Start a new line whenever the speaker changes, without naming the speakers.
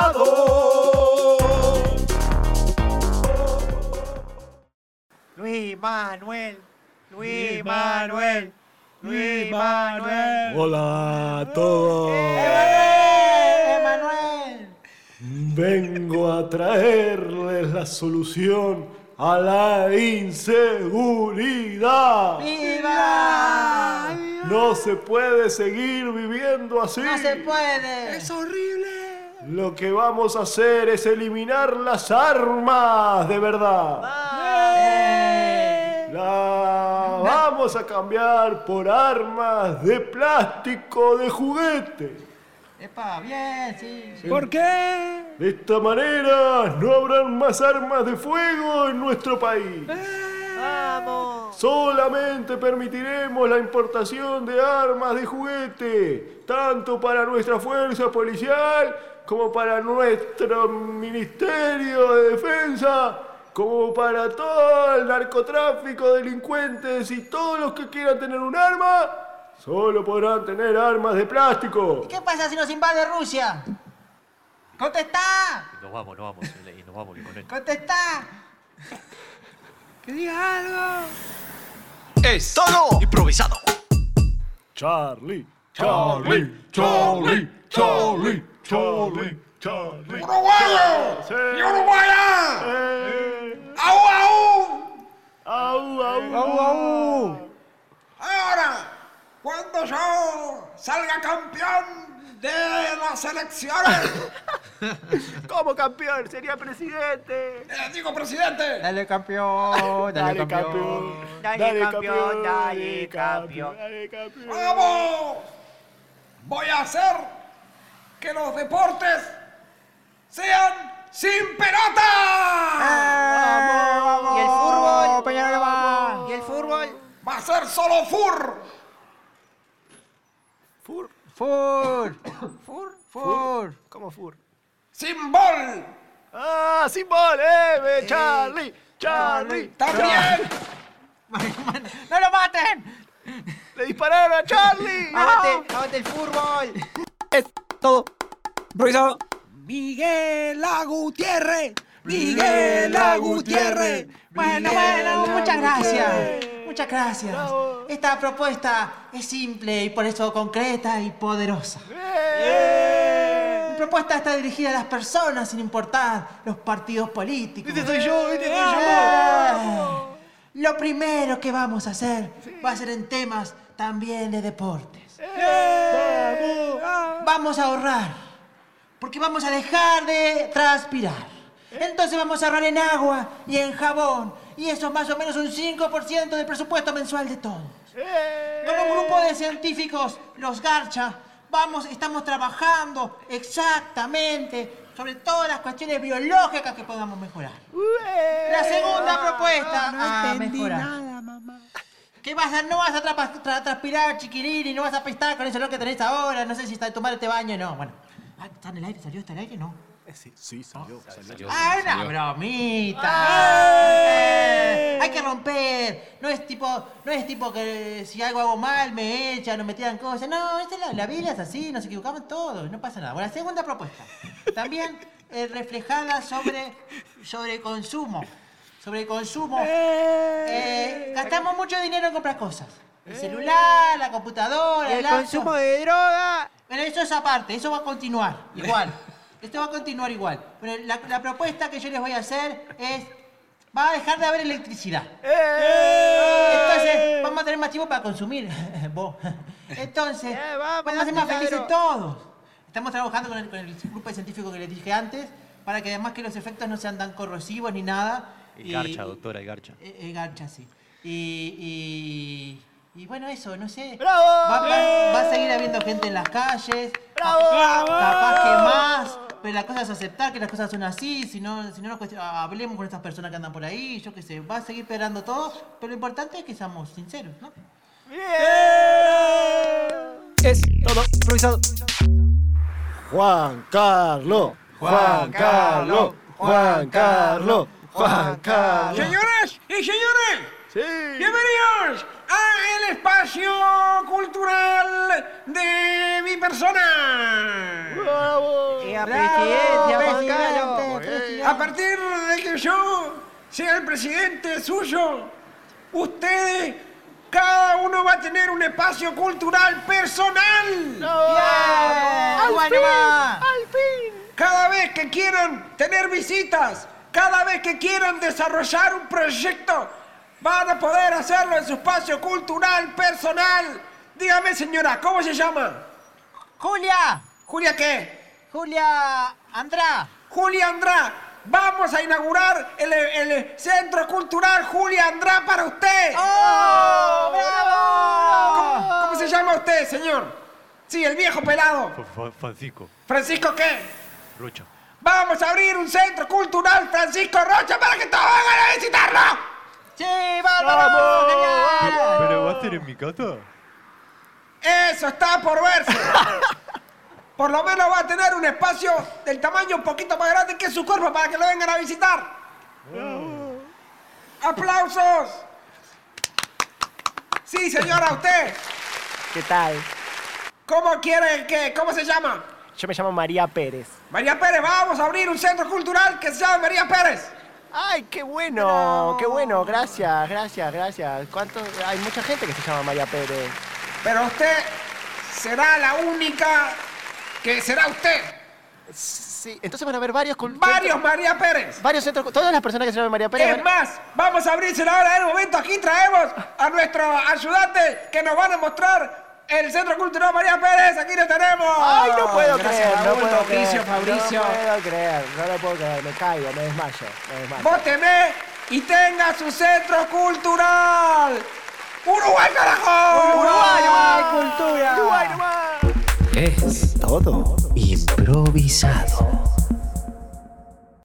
improvisado.
Luis Manuel, Luis Manuel, Luis Manuel.
Hola a todos.
¡Eh, Manuel!
Vengo a traerles la solución a la inseguridad.
¡Viva!
No se puede seguir viviendo así.
¡No se puede!
Lo que vamos a hacer es eliminar las armas de verdad.
¡Eh!
La vamos a cambiar por armas de plástico de juguete.
¡Epa, bien, sí! sí.
¿Por qué?
De esta manera no habrán más armas de fuego en nuestro país.
Vamos.
Solamente permitiremos la importación de armas de juguete, tanto para nuestra fuerza policial como para nuestro Ministerio de Defensa, como para todo el narcotráfico, delincuentes y todos los que quieran tener un arma, solo podrán tener armas de plástico.
¿Qué pasa si nos invade Rusia? ¡Contestá!
Nos vamos, nos vamos, y nos vamos que con esto.
¡Contestá!
¡Que diga algo!
Es todo improvisado.
Charlie, Charlie, Charlie, Charlie, Charlie, Charlie.
¡Uruguayo!
Sí.
¡Y Uruguaya!
Eh,
¡Au, au!
au, au,
Uh.
Ahora, cuando yo salga campeón de las elecciones,
¿Cómo campeón? Sería presidente.
eh, digo presidente,
Dale campeón, dale, campeón.
Dale, campeón, dale, campeón.
Dale campeón.
¡Vamos! Voy a hacer que los deportes sean sin
Ah.
pelota.
Ah. ¡Vamos!
¿Y el fútbol?
Peñarol va!
¿Y el fútbol?
Va a ser solo fur.
¡Fur! ¡Fur! ¡Fur!
¿Cómo fur?
Sin bol.
Ah, sin bol, eh, ve, Charlie, Charlie.
También
¡No lo maten!
Le dispararon a Charlie. Ah.
¡Aguante! ¡Aguante el fútbol!
Todo improvisado.
Miguel
Mm.
Agutierre.
Miguel Gutiérrez. Bueno, bueno, Eh, muchas gracias. Muchas gracias. Esta propuesta es simple y por eso concreta y poderosa. Mi propuesta está dirigida a las personas sin importar los partidos políticos.
Este soy yo, este soy yo.
Ah, Lo primero que vamos a hacer va a ser en temas también de deportes.
Eh,
Vamos a ahorrar, porque vamos a dejar de transpirar. Entonces vamos a ahorrar en agua y en jabón, y eso es más o menos un 5% del presupuesto mensual de todos.
eh,
Con un grupo de científicos, los Garcha, vamos, estamos trabajando exactamente sobre todas las cuestiones biológicas que podamos mejorar.
eh.
La segunda propuesta a mejorar.
nada, mamá.
¿Qué vas a, no vas a trapa- tra- transpirar, chiquilín, y no vas a apestar con eso lo que tenés ahora? No sé si está de tomarte este baño o no. Bueno, Ah, ¿está en el aire? ¿Salió? ¿Está en el aire? No.
Sí, salió, salió.
¡Ah, una bromita! Eh, hay que romper. No es tipo, no es tipo que si algo hago mal me echan o me tiran cosas. No, esta es la, la vida es así, nos equivocamos todos, no pasa nada. Bueno, la segunda propuesta. También eh, reflejada sobre, sobre consumo. Sobre consumo. Eh, gastamos mucho dinero en comprar cosas. El celular, la computadora,
¿Y el
laptop.
consumo de droga?
Pero eso es aparte, eso va a continuar igual. Esto va a continuar igual. Pero la, la propuesta que yo les voy a hacer es, va a dejar de haber electricidad. Entonces, vamos a tener más tiempo para consumir. Vos. Entonces,
Eh, vamos,
vamos, a ser más
Milagro.
felices todos. Estamos trabajando con el, con el grupo de científicos que les dije antes, para que además que los efectos no sean tan corrosivos ni nada.
El garcha, doctora, el garcha.
Eh, eh, garcha, sí. Y, y, y bueno, eso, no sé.
¡Bravo!
Va, va- va a seguir habiendo gente en las calles. Cap- Capaz que más. Pero la cosa es aceptar que las cosas son así. Si no, si no nos cuest- hablemos con estas personas que andan por ahí. Yo qué sé, va a seguir peleando todo. Pero lo importante es que seamos sinceros, ¿no?
Es todo improvisado.
Juan Carlos, Juan Carlos, Juan Carlos, Juan Carlos.
Señoras y señores,
Sí.
bienvenidos al espacio cultural de mi persona.
¡Bravo!
¡Ea,
¡Bravo,
presidencia, Juan
presidente,
Carlos!
presidente!
A partir de que yo sea el presidente suyo, ustedes, cada uno va a tener un espacio cultural personal.
¡Claro! ¡Bueno, va!
Cada vez que quieran tener visitas, cada vez que quieran desarrollar un proyecto, van a poder hacerlo en su espacio cultural personal. Dígame, señora, ¿cómo se llama?
¡Julia!
Julia, ¿qué?
¡Julia Andrá!
Julia Andrá. Vamos a inaugurar el, el Centro Cultural Julia Andrá para usted.
¡Oh, bravo!
¿Cómo se llama usted, señor? Sí, el viejo pelado.
Fa- fa- Francisco,
Francisco, ¿qué?
Rocha.
Vamos a abrir un centro cultural Francisco Rocha para que todos vengan a visitarlo.
¡Sí, vamos! vamos
Pero,
genial!
pero va a ser en mi casa.
Eso está por verse. Por lo menos va a tener un espacio del tamaño un poquito más grande que su cuerpo para que lo vengan a visitar. ¡Aplausos! Sí, señora, usted.
¿Qué tal?
¿Cómo quiere que.? ¿Cómo se llama?
Yo me llamo María Pérez.
María Pérez, vamos a abrir un centro cultural que se llama María Pérez.
¡Ay, qué bueno! ¡Qué bueno! Gracias, gracias, gracias. ¿Cuántos? Hay mucha gente que se llama María Pérez.
Pero usted será la única que será usted.
Sí, entonces van a haber varios cul-
Varios
centros-
María Pérez.
varios centros. Todas las personas que se llaman María Pérez.
Es
van-
más, vamos a abrírselo ahora en el momento. Aquí traemos a nuestros ayudantes que nos van a mostrar el Centro Cultural María Pérez. Aquí lo tenemos.
¡Ay, no puedo
Gracias,
creer! Oh, no
Raúl,
puedo
Mauricio,
creer,
Fabricio.
No puedo creer, no lo puedo creer. Me caigo, me desmayo, me desmayo.
Vóteme y tenga su Centro Cultural. ¡Uruguay, carajo!
¡Uruguay, Uruguay, cultura! ¡Uruguay, Uruguay!
Es todo improvisado.